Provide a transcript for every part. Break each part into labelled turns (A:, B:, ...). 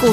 A: 股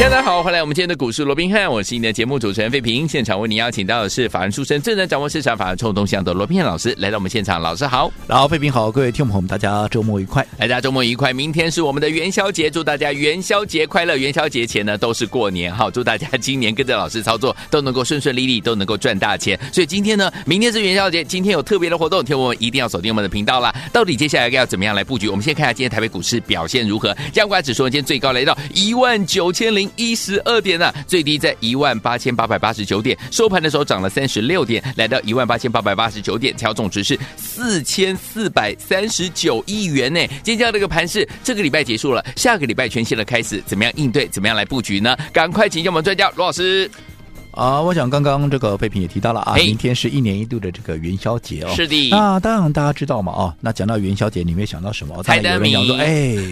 B: 大家好，欢迎来我们今天的股市罗宾汉，我是你的节目主持人费平。现场为您邀请到的是法人出身、最能掌握市场法人冲动向的罗宾汉老师来到我们现场，老师好。哎
C: 然后，费平好，各位听众朋友们，大家周末愉快。
B: 大家周末愉快！明天是我们的元宵节，祝大家元宵节快乐！元宵节前呢都是过年哈，祝大家今年跟着老师操作都能够顺顺利利，都能够赚大钱。所以今天呢，明天是元宵节，今天有特别的活动，听我们一定要锁定我们的频道啦。到底接下来要怎么样来布局？我们先看一下今天台北股市表现如何。加权指数呢今天最高来到一万九千零一十二点呢、最低在一万八千八百八十九点，收盘的时候涨了三十六点，来到一万八千八百八十九点，调总值是四千四百三十九亿元呢。今天这样的一个盘势，这个礼拜结束了，下个礼拜全新的开始，怎么样应对？怎么样来布局呢？赶快请教我们专家罗老师。
C: 啊，我想刚刚这个费平也提到了啊，
B: 嘿
C: 明天是一年一度的这个元宵节哦。
B: 是的
C: 那当然大家知道嘛，哦，那讲到元宵节，你会想到什么？
B: 猜
C: 当然
B: 灯谜
C: 有人讲说，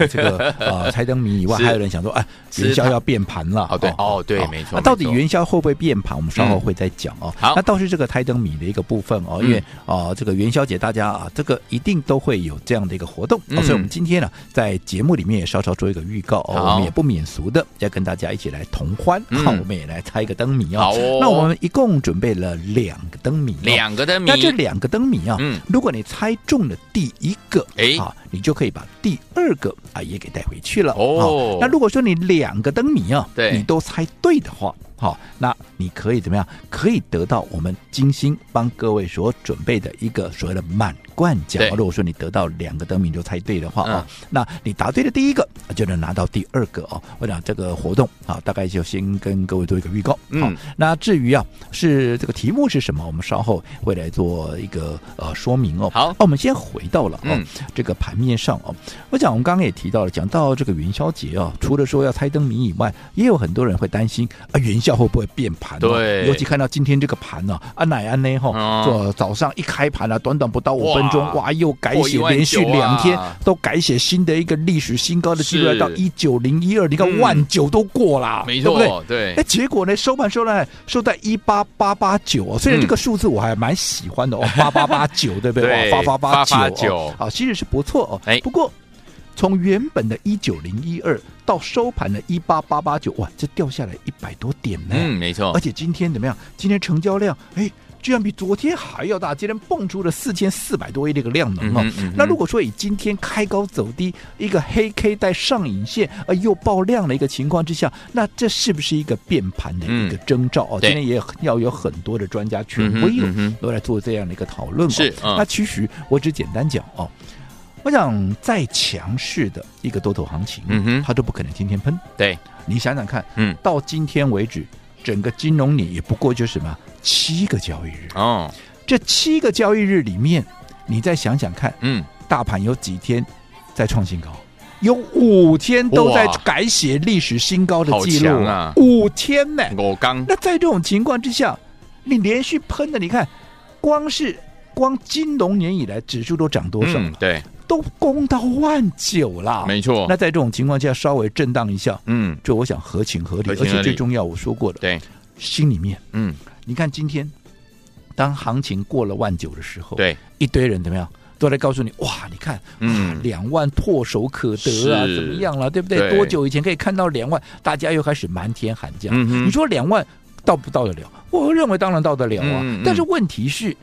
C: 哎，这 个啊，猜灯谜以外，
B: 是
C: 还有人想说，哎，
B: 吃
C: 元宵
B: 糖
C: 要变盘了。
B: 哦对哦对
C: 好
B: 没错
C: 那到底
B: 没错
C: 元宵会不会变盘？我们稍后
B: 嗯
C: 会再讲哦。
B: 好嗯
C: 那倒是这个猜灯谜的一个部分哦，因为啊，这个元宵节大家啊，这个一定都会有这样的一个活动，哦
B: 嗯
C: 所以我们今天呢，在节目里面也稍稍做一个预告哦，
B: 好
C: 我们也不免俗的要跟大家一起来同欢，
B: 嗯
C: 好我们也来猜一个灯谜哦。
B: 好哦
C: 那我们一共准备了两个灯谜、哦，
B: 两个灯谜
C: 那，这两个灯谜啊，
B: 嗯
C: 如果你猜中了第一个，
B: 哎
C: 啊，你就可以把第二个啊也给带回去了。
B: 哦
C: 好那如果说你两个灯谜啊，
B: 对
C: 你都猜对的话，好，那你可以怎么样？可以得到我们精心帮各位所准备的一个所谓的满贯奖
B: 对。嗯
C: 如果说你得到两个灯谜你就猜对的话啊，那你答对了第一个，啊就能拿到第二个哦。我想这个活动啊，大概就先跟各位做一个预告。啊
B: 嗯
C: 好那至于啊，是这个题目是什么，我们稍后会来做一个呃说明哦。
B: 好
C: 那我们先回到了哦、
B: 嗯
C: 这个盘面上哦。我想我们刚刚也提到了，讲到这个元宵节哦，除了说要猜灯谜以外，也有很多人会担心啊，元宵会不会变盘、哦？
B: 对
C: 尤其看到今天这个盘呢、啊，奶安呢
B: 嗯
C: 哈，做、早上一开盘啊，短短不到五分钟，
B: 哇
C: 哇，又改写
B: 破19,000
C: 连续两天
B: 啊
C: 都改写新的一个历史新高的记录，
B: 是
C: 来到一九零一二，
B: 嗯
C: 你看万九都过啦，
B: 没
C: 对不对？
B: 错，对
C: 哎，，结果呢，收盘收在收在一八八八九哦，虽然
B: 嗯
C: 这个数字我还蛮喜欢的哦，八八八九，对哦不
B: 对
C: 对？哇，八八八
B: 8889
C: 九哦，啊，其实是不错哦。
B: 哎
C: 不过从原本的一九零一二到收盘的一八八八九，哇，这掉下来一百多点呢。
B: 嗯，没错
C: 而，且今天怎么样？今天成交量，哎，居然比昨天还要大，今天蹦出了四千四百多亿的一个量能哦。
B: 嗯哼嗯哼
C: 那如果说以今天开高走低，一个黑 K 带上影线，呃，又爆量的一个情况之下，那这是不是一个变盘的一个征兆？哦，
B: 嗯对
C: 今天也要有很多的专家权
B: 嗯
C: 威
B: 哼
C: 哦
B: 嗯哼
C: 都来做这样的一个讨论、哦。
B: 是嗯
C: 那其实我只简单讲哦。我想，再强势的一个多头行情，
B: 嗯哼
C: 它都不可能今天喷。
B: 对，
C: 你想想看，
B: 嗯
C: 到今天为止，整个金融年也不过就是什么七个交易日，
B: 哦，
C: 这七个交易日里面，你再想想看，
B: 嗯，
C: 大盘有几天在创新高？有五天都在
B: 哇
C: 改写历史新高的记
B: 好强
C: 录
B: 啊
C: 五天呢、
B: 我刚
C: 那在这种情况之下，你连续喷的，你看，光是光金融年以来指数都涨多少了？
B: 嗯，对，
C: 都攻到万九了。
B: 没错
C: 那，在这种情况下，稍微震荡一下，
B: 嗯，
C: 这我想合情合理，
B: 合情合理
C: 而且最重要，我说过的，
B: 对，
C: 心里面，
B: 嗯，
C: 你看今天，当行情过了万九的时候，，
B: 对，
C: 一堆人怎么样？都在告诉你，哇，你看，
B: 嗯
C: 嗯，两万唾手可得啊，
B: 是
C: 怎么样了，对不对？
B: 对
C: 多久以前可以看到两万？大家又开始瞒天喊价。
B: 嗯哼
C: 你说两万到不到得了？我认为当然到得了啊，
B: 嗯嗯
C: 但是问题是。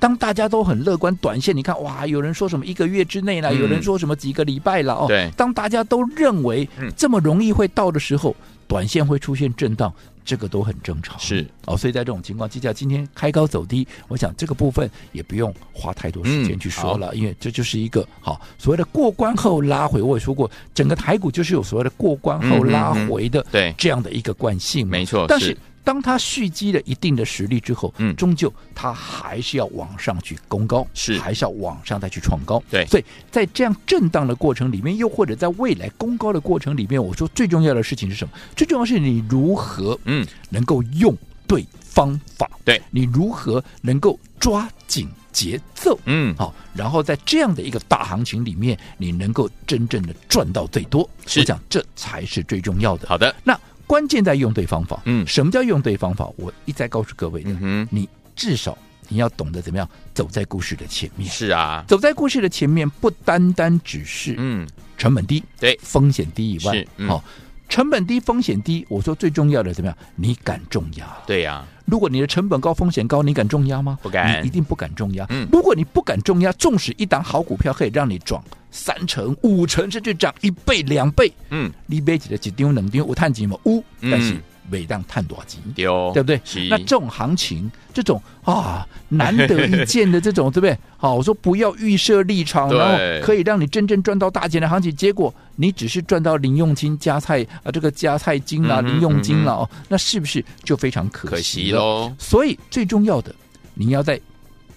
C: 当大家都很乐观，短线你看哇，有人说什么一个月之内啦，
B: 嗯
C: 有人说什么几个礼拜了哦。
B: 对
C: 当大家都认为
B: 嗯
C: 这么容易会到的时候，短线会出现震荡，这个都很正常。
B: 是
C: 哦，所以在这种情况之下，今天开高走低，我想这个部分也不用花太多时间
B: 嗯
C: 去
B: 好
C: 说了，因为这就是一个好所谓的过关后拉回。我也说过，整个台股就是有所谓的过关
B: 嗯
C: 后
B: 哼
C: 拉
B: 哼
C: 回的
B: 对
C: 这样的一个惯性嘛。
B: 没错
C: 但
B: 哦是
C: 是当它蓄积了一定的实力之后，
B: 嗯
C: 终究它还是要往上去攻高，
B: 是
C: 还是要往上再去创高。
B: 对
C: 所以在这样震荡的过程里面，又或者在未来攻高的过程里面，我说最重要的事情是什么？最重要的是你如何
B: 嗯，
C: 能够用对方法，
B: 对
C: 你如何能够抓紧节奏。
B: 嗯，
C: 好，然后在这样的一个大行情里面，你能够真正的赚到最多，
B: 是
C: 我想这才是最重要的。
B: 好的，
C: 那关键在用对方法。
B: 嗯
C: 什么叫用对方法？我一再告诉各位的，
B: 嗯哼，
C: 你至少你要懂得怎么样走在故事的前面。
B: 是啊，
C: 走在故事的前面，不单单只是
B: 嗯，
C: 成本低、
B: 对
C: 风险低以外，
B: 是嗯
C: 好、成本低、风险低，我说最重要的怎么样？你敢重压？
B: 对啊呀，
C: 如果你的成本高、风险高，你敢重压吗？
B: 不敢
C: 你一定不敢重压。
B: 嗯
C: 如果你不敢重压，纵使一档好股票可以让你涨三成、五成，甚至涨一倍、两倍，
B: 嗯，
C: 你买几的几丢两丢，我探几嘛呜，
B: 嗯
C: 但是每当探多少级，
B: 丢，
C: 对不对
B: 是？
C: 那这种行情，这种啊难得一见的这种，对不 对？好，我说不要预设立场，
B: 对
C: 然后可以让你真正赚到大钱的行情，结果你只是赚到零用金加菜啊，这个加菜金啦、
B: 嗯哼
C: 零用金啦、哦，那是不是就非常可
B: 可
C: 惜
B: 惜
C: 了？
B: 喽，
C: 所以最重要的，你要在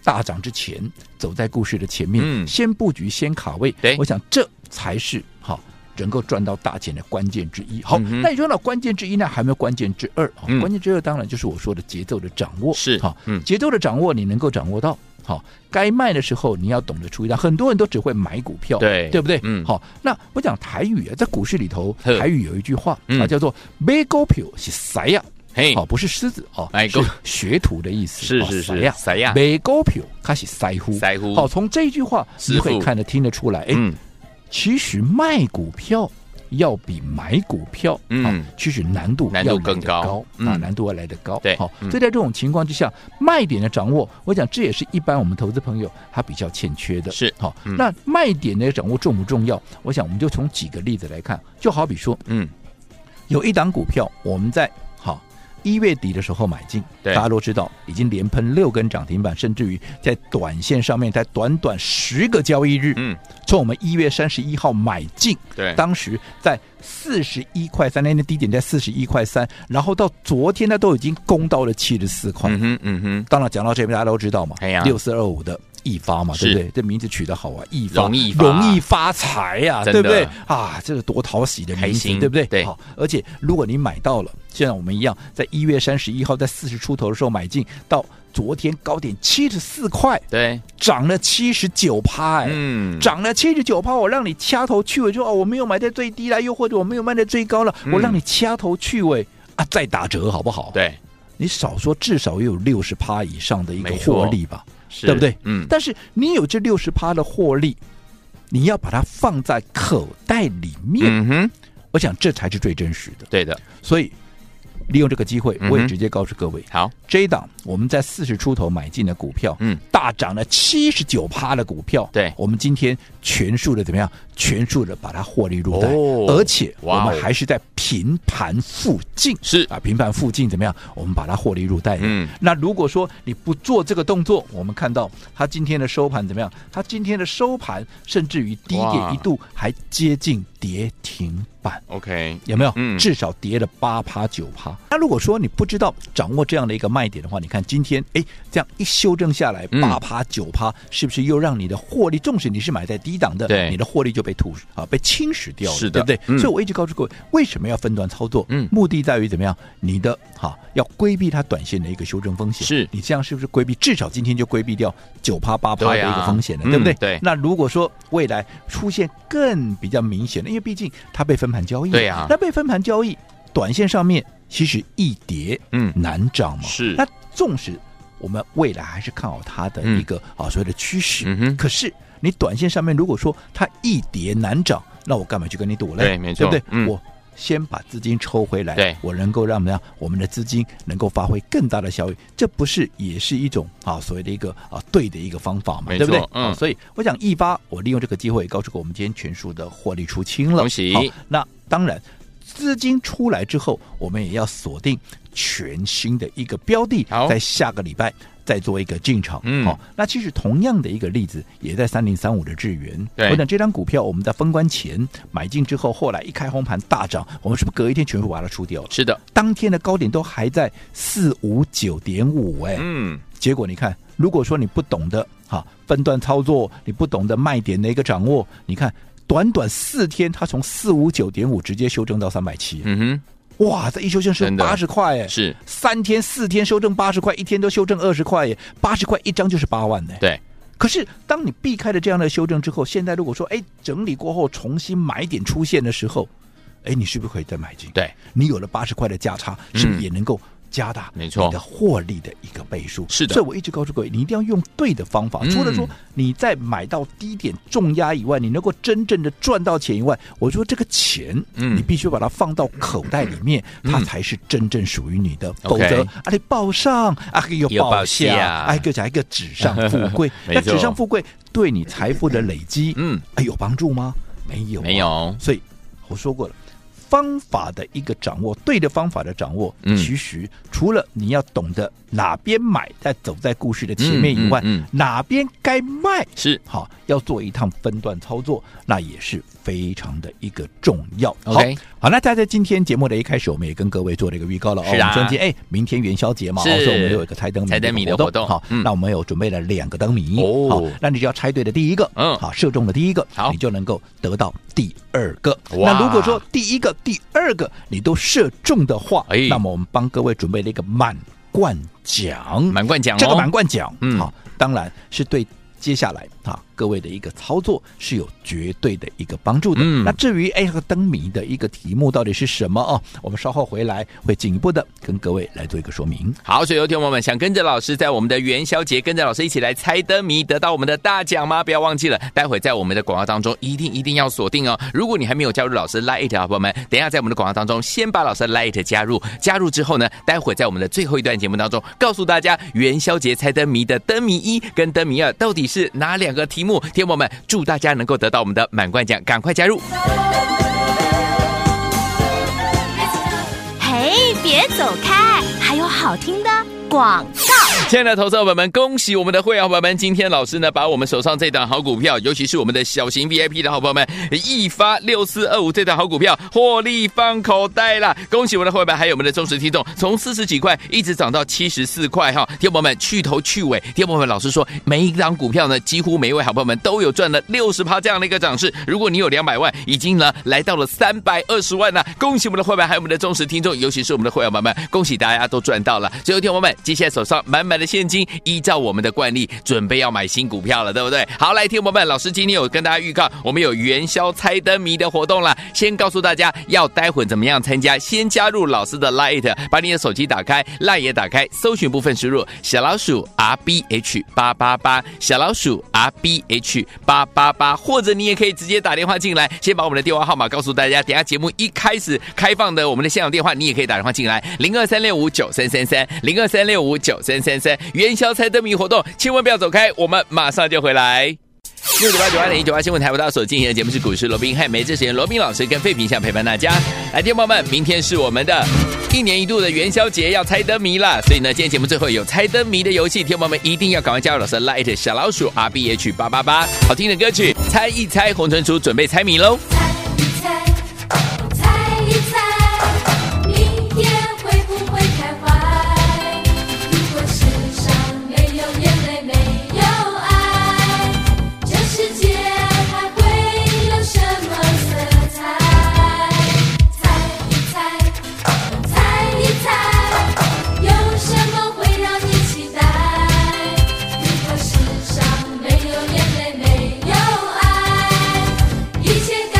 C: 大涨之前走在故事的前面，
B: 嗯
C: 先布局，先卡位
B: 对。
C: 我想这才是好。能够赚到大钱的关键之一。好，
B: 嗯哼
C: 那你说到关键之一，那还没有关键之二。好
B: 嗯
C: 关键之二当然就是我说的节奏的掌握。
B: 是
C: 好，
B: 嗯
C: 节奏的掌握你能够掌握到。好，该卖的时候你要懂得出一单。很多人都只会买股票，
B: 对
C: 对不对？
B: 嗯
C: 好，那我讲台语啊，在股市里头，
B: 呵
C: 台语有一句话
B: 嗯
C: 啊，叫做“买股票是谁呀”。
B: 嘿，
C: 哦，不是狮子哦，
B: 哎
C: 是
B: 狗
C: 学徒的意思，
B: 是
C: 哦
B: 是是
C: 塞呀
B: 塞呀
C: 买股票开始塞乎，
B: 塞乎
C: 好，从这一句话
B: 师
C: 你会
B: 傅
C: 看得听得出来，哎，
B: 嗯，
C: 其实卖股票要比买股票，
B: 嗯
C: 啊其实难度
B: 难度
C: 要来得
B: 更高
C: 高
B: 嗯
C: 啊，难度要来得高。
B: 对
C: 好，
B: 嗯
C: 所以在这种情况之下，卖点的掌握，我讲这也是一般我们投资朋友他比较欠缺的。
B: 是
C: 好，
B: 嗯
C: 那卖点的掌握重不重要？我想我们就从几个例子来看，就好比说
B: 嗯，
C: 有一档股票，我们在好一月底的时候买进，
B: 对
C: 大家都知道已经连喷六根涨停板，甚至于在短线上面，在短短十个交易日，
B: 嗯，
C: 从我们一月三十一号买进，
B: 对，
C: 当时在四十一块三，那天的低点在四十一块三，然后到昨天呢都已经攻到了七十四块。
B: 嗯哼，嗯哼，
C: 当然讲到这边大家都知道嘛
B: 哎呀，
C: 六四二五的。易发嘛，
B: 是
C: 对不对？这名字取得好啊，易发
B: 容易发
C: 容易发财呀、
B: 真
C: 对
B: 的
C: 不对？啊，这个多讨喜的
B: 开
C: 名字
B: 心，
C: 对不对？
B: 对
C: 好，而且如果你买到了，现在我们一样，在一月三十一号在四十出头的时候买进，到昨天高点七十四块，
B: 对，
C: 涨了七十九趴，哎、
B: 嗯，
C: 涨了七十九趴，我让你掐头去尾，就哦，我没有买在最低啦，又或者我没有卖在最高了，
B: 嗯
C: 我让你掐头去尾啊，再打折好不好？，
B: 对，
C: 你少说至少也有六十趴以上的一个
B: 没错
C: 获利吧，
B: 是
C: 对不对？
B: 嗯，
C: 但是你有这六十趴的获利，你要把它放在口袋里面，
B: 嗯哼，
C: 我想这才是最真实的。
B: 对的，
C: 所以利用这个机会
B: 嗯，哼
C: 我也直接告诉各位，
B: 好，
C: 这一档我们在四十出头买进的股票，
B: 嗯，
C: 大涨了七十九趴的股票，
B: 对
C: 我们今天全数的怎么样？全数的把它获利入袋，
B: 哦
C: 而且我
B: 哇哦
C: 们还是在平盘附近。
B: 是，
C: 啊，平盘附近怎么样？我们把它获利入袋。
B: 嗯，
C: 那如果说你不做这个动作，我们看到它今天的收盘怎么样？它今天的收盘甚至于低
B: 哇
C: 点一度还接近跌停板。
B: OK，
C: 有没有？
B: 嗯
C: 至少跌了八趴九趴。那如果说你不知道掌握这样的一个卖点的话，你看今天哎，这样一修正下来
B: 嗯
C: 八趴九趴，是不是又让你的获利，纵使你是买在低档的，
B: 对
C: 你的获利就被吐啊被侵蚀掉了，
B: 是的
C: 对不对？
B: 嗯
C: 所以我一直告诉各位，为什么要分段操作？
B: 嗯
C: 目的在于怎么样？你的哈、要规避它短线的一个修正风险，
B: 是
C: 你这样是不是规避？至少今天就规避掉九趴八趴的
B: 对
C: 一
B: 啊
C: 个风险了，
B: 嗯
C: 对不对？
B: 对
C: 那如果说未来出现更比较明显的，因为毕竟它被分盘交易了，
B: 对啊
C: 那被分盘交易，短线上面其实一跌
B: 嗯，
C: 难涨嘛。
B: 是
C: 那纵使我们未来还是看好它的一个、啊所谓的趋势，
B: 嗯哼
C: 可是你短线上面如果说它一跌难涨，那我干嘛去跟你赌嘞？
B: 对没错
C: 对不对？
B: 嗯
C: 我。先把资金抽回来，
B: 对
C: 我能够让怎么样？我们的资金能够发挥更大的效益，这不是也是一种啊所谓的一个啊对的一个方法嘛，
B: 没
C: 对不对
B: 错？嗯
C: 啊所以我想一八，我利用这个机会也告诉过我们今天全数的获利出清了，
B: 恭喜
C: 好那当然，资金出来之后，我们也要锁定全新的一个标的
B: 好，
C: 在下个礼拜再做一个进场。
B: 嗯
C: 好、那其实同样的一个例子，也在三零三五的智源。
B: 对
C: 我想这张股票我们在封关前买进之后，后来一开红盘大涨，我们是不是隔一天全部把它出掉了？
B: 是的，
C: 当天的高点都还在四五九点五，哎、
B: 嗯，
C: 结果你看，如果说你不懂得哈、分段操作，你不懂得卖点的一个掌握，你看短短四天，它从四五九点五直接修正到三百七，
B: 嗯
C: 哇，这一修正是
B: 真的
C: 八十块哎
B: 哼，，是，
C: 哎三天四天修正八十块，一天都修正二十块耶，八十块一张就是八万呢。
B: 对，
C: 可是当你避开了这样的修正之后，现在如果说哎整理过后重新买点出现的时候，哎，你是不是可以再买进？
B: 对，
C: 你有了八十块的价差，是不是也能够？加大
B: 嗯没错
C: 你的获利的一个倍数
B: 是的
C: 所以我一直告诉各位，你一定要用对的方法。
B: 嗯
C: 除了说你在买到低点重压以外，你能够真正的赚到钱以外，我说这个钱，
B: 嗯
C: 你必须把它放到口袋里面，
B: 嗯
C: 它才是真正属于你的。否
B: OK
C: 则啊，你报上啊，又
B: 又
C: 报
B: 报下
C: 下，哎，个讲一个纸上富
B: ，
C: 贵
B: 没
C: 那
B: 错
C: 纸上富贵对你财富的累积，
B: 嗯，
C: 哎，有帮助吗？没有、啊
B: 没。有，
C: 所以我说过了，方法的一个掌握，对的方法的掌握，
B: 嗯
C: 其实除了你要懂得哪边买，在走在故事的前面以外，
B: 嗯嗯嗯
C: 哪边该卖，
B: 是
C: 好要做一趟分段操作，那也是非常的一个重要。
B: OK
C: 好，好，那大家今天节目的一开始，我们也跟各位做了一个预告了哦。
B: 是啊
C: 我们中间哎，明天元宵节嘛，
B: 是
C: 哦所以我们有一个猜灯谜
B: 猜灯谜的
C: 一个
B: 活动
C: 好，
B: 嗯
C: 那我们有准备了两个灯谜
B: 哦
C: 好，那你只要猜对的第一个，
B: 嗯
C: 好，射中了第一个，
B: 好
C: 你就能够得到第二个。
B: 哇
C: 那如果说第一个、第二个你都射中的话，
B: 哎
C: 那么我们帮各位准备了一个满贯奖，
B: 满贯奖哦，
C: 嗯这个满贯奖，
B: 嗯
C: 好，当然是对接下来啊各位的一个操作是有绝对的一个帮助的。
B: 嗯
C: 那至于哎和灯谜的一个题目到底是什么哦，我们稍后回来会进一步的跟各位来做一个说明。
B: 好，所以有听友们想跟着老师在我们的元宵节跟着老师一起来猜灯谜，得到我们的大奖吗？不要忘记了，待会在我们的广告当中一定一定要锁定哦。如果你还没有加入老师 Lite 的好朋友们，等一下在我们的广告当中先把老师 Lite 加入，加入之后呢，待会在我们的最后一段节目当中告诉大家元宵节猜灯谜的灯谜一跟灯谜二到底是哪两个题目。听友们，祝大家能够得到我们的满贯奖，赶快加入。
A: 嘿，别走开，还有好听的广告。
B: 亲爱的投资者朋友们，恭喜我们的会员伙伴们！今天老师呢，把我们手上这档好股票，尤其是我们的小型 VIP 的好朋友们，一发六四二五这档好股票获利放口袋啦！恭喜我们的会员们，还有我们的忠实听众，从四十几块一直涨到七十四块哈！听众朋友们，去头去尾，听众朋友们，老师说每一档股票呢，几乎每一位好朋友们都有赚了六十趴这样的一个涨势。如果你有两百万，已经呢来到了三百二十万了，恭喜我们的会员，还有我们的忠实听众，尤其是我们的会员朋友们，恭喜大家都赚到了。最后，听众朋友们，接下来手上满满的现金，依照我们的惯例，准备要买新股票了，对不对？好，来，听众朋友们，老师今天有跟大家预告，我们有元宵猜灯谜的活动了。先告诉大家要待会怎么样参加，先加入老师的 Light，把你的手机打开，Light 也打开，搜寻部分输入小老鼠 R B H 八八八，小老鼠 R B H 八八八，或者你也可以直接打电话进来，先把我们的电话号码告诉大家。等一下节目一开始开放的我们的现场电话，你也可以打电话进来，零二三六五九三三三，零二三六五九三三三。元宵猜灯谜活动，千万不要走开，我们马上就回来。六九八九二零一九八新闻台为大家所进行的节目是股市罗宾汉，每次时间罗宾老师跟费平想陪伴大家。来，电宝们，明天是我们的一年一度的元宵节，要猜灯谜啦，所以呢，今天节目最后有猜灯谜的游戏，天宝们一定要赶快加入老师 Light 小老鼠 R B H 八八八，好听的歌曲，猜一猜，红尘厨准备猜谜喽。
D: 猜一猜，我猜一猜，明天会不会开怀？如果世上没有眼泪，没有爱，这世界还会有什么色彩？猜一猜，我猜一猜，有什么会让你期待？如果世上没有眼泪，没有爱。一切该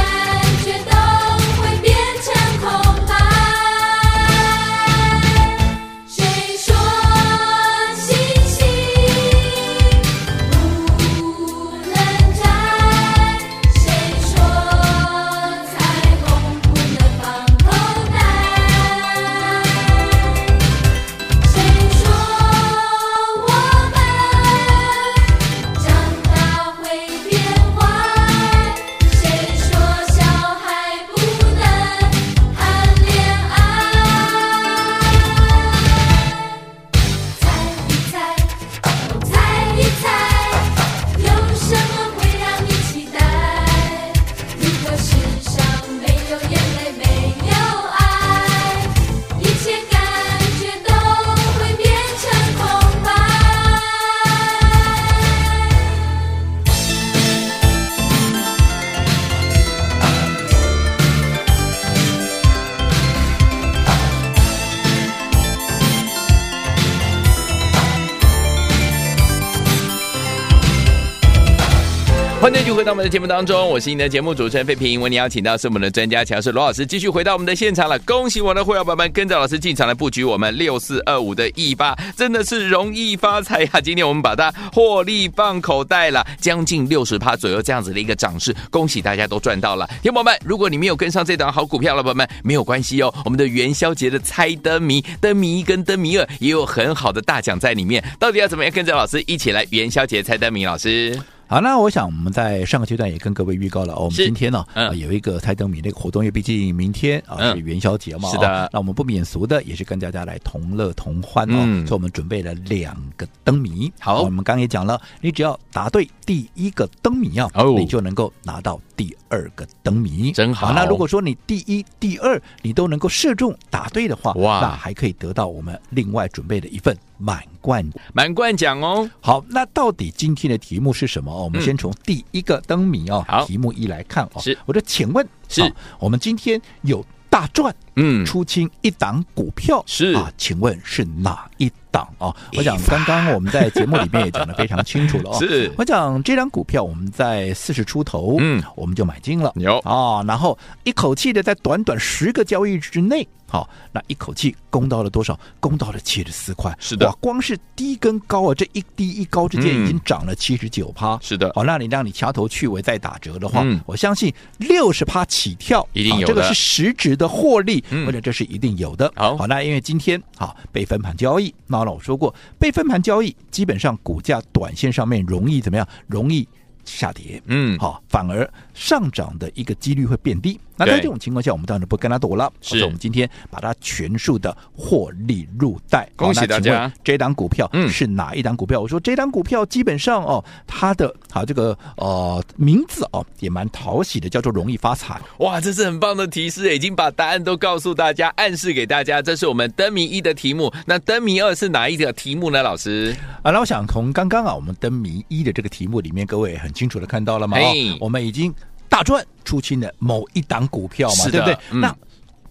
B: 欢迎继续回到我们的节目当中，我是您的节目主持人费平。为您邀请到是我们的专家强势罗老师，继续回到我们的现场了。恭喜我的会员宝宝们跟着老师进场来布局我们六四二五的易八，真的是容易发财呀、今天我们把它获利放口袋了，将近六十趴左右这样子的一个涨势，恭喜大家都赚到了。听众朋友们，如果你没有跟上这档好股票了，宝宝们没有关系哦，我们的元宵节的猜灯谜、灯谜一跟灯谜二也有很好的大奖在里面。到底要怎么样跟着老师一起来元宵节猜灯谜？老师，
C: 好，那我想我们在上个阶段也跟各位预告了，哦、我们
B: 是
C: 今天呢、
B: 嗯
C: 呃有一个猜灯谜那个活动，因为毕竟明天啊、
B: 嗯
C: 是元宵节嘛，
B: 是的
C: 哦那我们不免俗的也是跟大家来同乐同欢哦，
B: 嗯
C: 所以我们准备了两个灯谜。
B: 好
C: 我们刚刚也讲了，你只要答对第一个灯谜啊，
B: 哦
C: 你就能够拿到第二个灯谜，
B: 真好
C: 那如果说你第一、第二你都能够射中答对的话，
B: 哇
C: 那还可以得到我们另外准备的一份满贯
B: 满贯奖哦。
C: 好，那到底今天的题目是什么？哦，我
B: 嗯
C: 们先从第一个灯谜哦，
B: 好
C: 题目一来看哦，
B: 是
C: 我说，请问
B: 是
C: 啊我们今天有大赚
B: 嗯，
C: 出清一档股票
B: 是
C: 啊，请问是哪一档哦？我想刚刚我们在节目里面也讲的非常清楚了 哦，
B: 是
C: 我讲这张股票我们在四十出头，
B: 嗯，
C: 我们就买进了，
B: 有
C: 啊，然后一口气的在短短十个交易日之内，好、那一口气攻到了多少？攻到了七十四块，
B: 是的
C: 哇，光是低跟高啊，这一低一高之间
B: 嗯
C: 已经涨了七十九趴，
B: 是的
C: 好、哦那你让你掐头去尾再打折的话，
B: 嗯
C: 我相信六十趴起跳
B: 一定
C: 啊
B: 有
C: 这个
B: 的
C: 是实质的获利，
B: 嗯
C: 或者这是一定有的。
B: 好
C: 那因为今天好被分盘交易，那我说过，被分盘交易基本上股价短线上面容易怎么样？容易下跌，
B: 嗯
C: 好、反而上涨的一个几率会变低。那在
B: 对
C: 这种情况下，我们当然不跟他赌了，
B: 是
C: 所以我们今天把它全数的获利入袋。
B: 恭喜
C: 好那
B: 大
C: 请
B: 家
C: 问这档股票
B: 嗯
C: 是哪一档股票？我说这档股票基本上哦，它的好、这个呃名字哦也蛮讨喜的，叫做容易发财。
B: 哇，这是很棒的提示，已经把答案都告诉大家，暗示给大家，这是我们灯谜一的题目。那灯谜二是哪一个题目呢？老师，
C: 啊，那我想从刚刚啊，我们灯谜一的这个题目里面，各位很清楚的看到了嘛、哦
B: 嘿
C: 我们已经大赚出清了某一档股票嘛，
B: 是的
C: 对不对？
B: 嗯
C: 那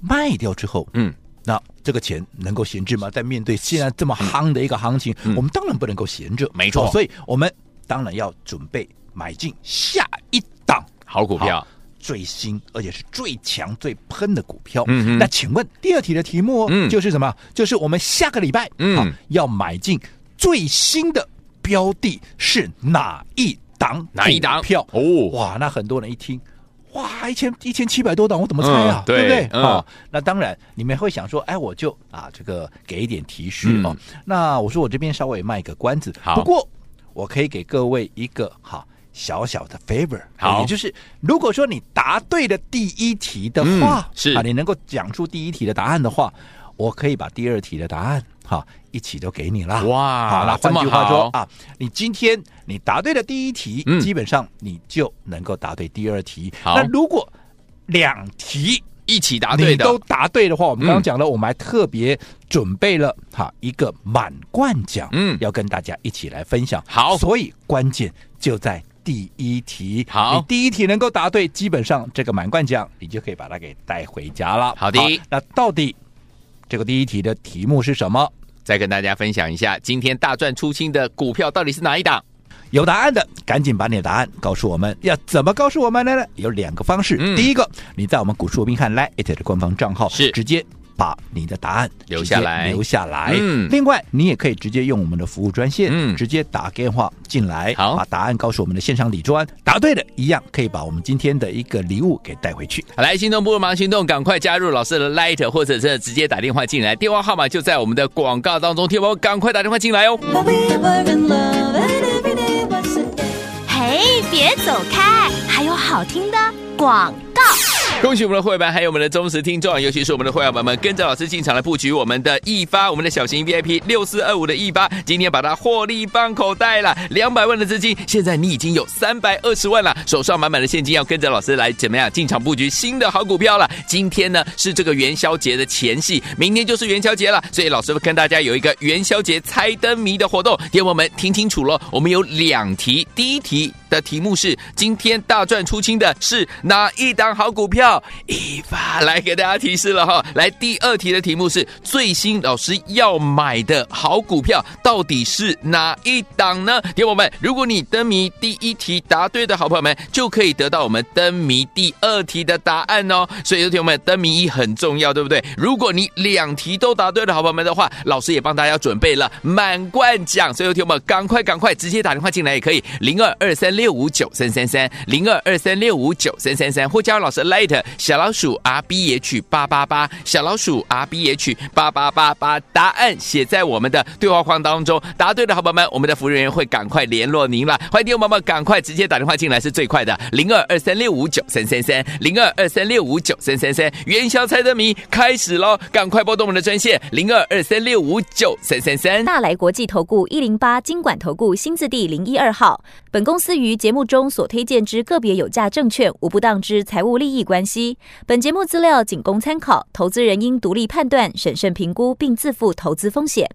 C: 卖掉之后，
B: 嗯，
C: 那这个钱能够闲置吗？在面对现在这么夯的一个行情，我们当然不能够闲着，
B: 嗯没错
C: 哦所以我们当然要准备买进下一档
B: 好股票
C: 好最新而且是最强最喷的股票。
B: 嗯哼
C: 那请问第二题的题目、哦
B: 嗯
C: 就是什么？就是我们下个礼拜
B: 嗯
C: 好要买进最新的标的是哪一档股
B: 哪一档
C: 票？
B: 哦
C: 哇，那很多人一听。哇，一千一千七百多档，我怎么猜啊？
B: 嗯对
C: 不对？
B: 嗯
C: 哦，那当然，你们会想说，哎，我就啊，这个给一点提示哦。那我说我这边稍微卖个关子，
B: 嗯好
C: 不过我可以给各位一个哈小小的 favor，
B: 好
C: 也就是如果说你答对了第一题的话，
B: 嗯是
C: 啊，你能够讲出第一题的答案的话，我可以把第二题的答案哈一起都给你了。
B: 哇
C: 好，那
B: 这
C: 换
B: 么
C: 句话
B: 好
C: 说啊，你今天你答对了第一题，
B: 嗯
C: 基本上你就能够答对第二题。
B: 好
C: 那如果两题
B: 一起答对
C: 你
B: 的，
C: 都答对的话，我们
B: 嗯
C: 刚刚讲了，我们还特别准备了哈一个满贯奖，
B: 嗯
C: 要跟大家一起来分享。
B: 好
C: 所以关键就在第一题。
B: 好
C: 你第一题能够答对，基本上这个满贯奖你就可以把它给带回家了。
B: 好的
C: 那到底这个第一题的题目是什么？
B: 再跟大家分享一下，今天大赚出清的股票到底是哪一档？
C: 有答案的，赶紧把你的答案告诉我们。要怎么告诉我们呢？有两个方式。
B: 嗯
C: 第一个，你在我们股市罗宾汉 Line 的官方账号
B: 是
C: 直接。把你的答案
B: 留下来
C: 直接留下来。
B: 嗯
C: 另外，你也可以直接用我们的服务专线，
B: 嗯
C: 直接打电话进来，
B: 好
C: 把答案告诉我们的线上理专，答对的一样可以把我们今天的一个礼物给带回去。
B: 好来，心动不如忙行动，赶快加入老师的 Light，或者是直接打电话进来，电话号码就在我们的广告当中，听我赶快打电话进来哦。
D: But we were in love, and every day was a day.
A: 嘿，别走开，还有好听的广告。
B: 恭喜我们的会员们，还有我们的忠实听众，尤其是我们的会员们们，跟着老师进场来布局我们的易发，我们的小型 VIP 六四二五的易发，今天把它获利放口袋了，两百万的资金，现在你已经有三百二十万了，手上满满的现金，要跟着老师来怎么样进场布局新的好股票了。今天呢是这个元宵节的前夕，明天就是元宵节了，所以老师会跟大家有一个元宵节猜灯谜的活动，听我们听清楚了，我们有两题，第一题。的题目是：今天大赚出清的是哪一档好股票？一发来给大家提示了哈。来，第二题的题目是最新老师要买的好股票到底是哪一档呢？听众朋友们，如果你灯谜第一题答对的好朋友们，就可以得到我们灯谜第二题的答案哦。所以，听众朋友们，灯谜一很重要，对不对？如果你两题都答对了好朋友们的话，老师也帮大家准备了满贯奖。所以，听众朋友们，赶快赶快直接打电话进来也可以，零二二三六五九三三三，零二二三六五九三三三，或加入老师 Light 小老鼠 R B H 八八八，小老鼠 R B H 八八八八，答案写在我们的对话框当中。答对的好朋友们，我们的服务人员会赶快联络您了。欢迎听众朋友们赶快直接打电话进来是最快的，零二二三六五九三三三，零二二三六五九三三三，元宵猜灯谜开始喽！赶快拨动我们的专线零二二三六五九三三三。
A: 大来国际投顾一零八金管投顾新字第零一二号。本公司于节目中所推荐之个别有价证券，无不当之财务利益关系。本节目资料仅供参考，投资人应独立判断、审慎评估，并自负投资风险。